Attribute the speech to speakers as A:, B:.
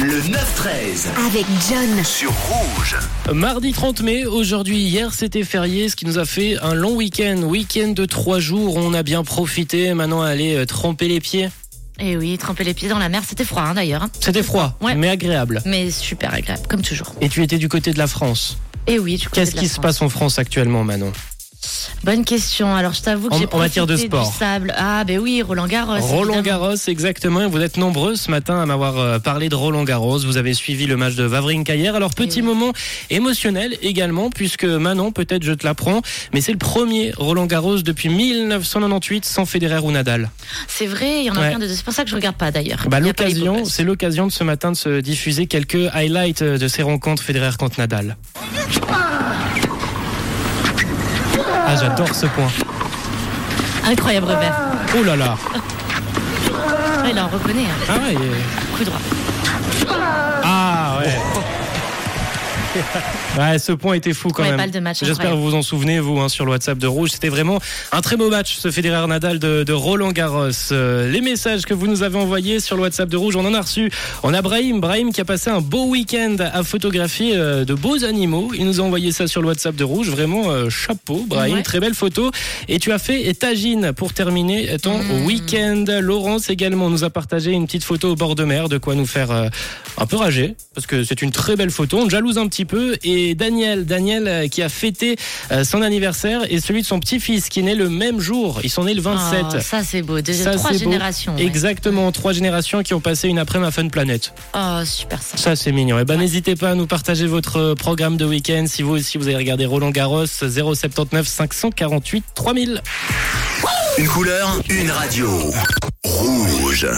A: Le 9-13
B: avec John.
A: sur Rouge.
C: Mardi 30 mai, aujourd'hui, hier c'était férié, ce qui nous a fait un long week-end, week-end de trois jours, on a bien profité, maintenant aller euh, tremper les pieds.
D: Et Eh oui, tremper les pieds dans la mer, c'était froid hein, d'ailleurs, hein.
C: C'était froid,
D: Ouais.
C: mais agréable.
D: mais super agréable, comme toujours.
C: Et tu étais du côté de la France.
D: Et oui, tu connais
C: Qu'est-ce
D: de la
C: qui se
D: France.
C: passe en France actuellement, Manon
D: Bonne question. Alors, je t'avoue que
C: En-
D: j'ai
C: en matière de
D: profité
C: sport.
D: du sable. Ah, ben oui, Roland Garros.
C: Roland
D: évidemment.
C: Garros, exactement. Et Vous êtes nombreux ce matin à m'avoir euh, parlé de Roland Garros. Vous avez suivi le match de Wawrinka hier. Alors, petit
D: Eh oui.
C: moment émotionnel également, puisque Manon, peut-être je te l'apprends, mais c'est le premier Roland Garros depuis 1998 sans Federer ou Nadal.
D: C'est vrai, il y en a
C: Ouais.
D: plein de deux. C'est pour ça que je regarde pas d'ailleurs.
C: Bah,
D: Il y a pas les
C: l'occasion,
D: beaux-
C: c'est l'occasion de ce matin de se diffuser quelques highlights euh, de ces rencontres Federer contre Nadal. Ah, j'adore ce point.
D: Incroyable revers.
C: Oh là là.
D: Ouais, il en reconnaît. hein.
C: Ah ouais. euh,
D: Coup droit.
C: Ah ouais. Ouais, ce point était fou quand
D: Ouais,
C: même.
D: balle de match,
C: J'espère que
D: incroyable.
C: vous vous en souvenez, vous, hein, sur le WhatsApp de Rouge. C'était vraiment un très beau match, ce Federer-Nadal de, de Roland Garros. Euh, les messages que vous nous avez envoyés sur le WhatsApp de Rouge, on en a reçu. On a Brahim, Brahim qui a passé un beau week-end à photographier euh, de beaux animaux. Il nous a envoyé ça sur le WhatsApp de Rouge. Vraiment, euh, chapeau, Brahim.
D: Ouais.
C: Très belle photo. Et tu as fait Tagine pour terminer ton
D: Mmh.
C: week-end. Laurence également nous a partagé une petite photo au bord de mer, de quoi nous faire euh, un peu rager, parce que c'est une très belle photo. On te jalouse un petit peu. Et Daniel, Daniel euh, qui a fêté euh, son anniversaire et celui de son petit-fils qui est né le même jour. Ils sont nés le 27.
D: Oh, ça, c'est beau. Deux,
C: Ça,
D: trois
C: c'est beau.
D: générations. ouais.
C: Exactement, trois générations qui ont passé une après-midi à Fun Planet.
D: Oh, super ça.
C: Ça, c'est mignon. Eh ben, n'hésitez pas à nous partager votre euh, programme de week-end. Si vous aussi, vous avez regardé Roland Garros, 079 548 3000.
A: Une couleur, une radio. Rouge.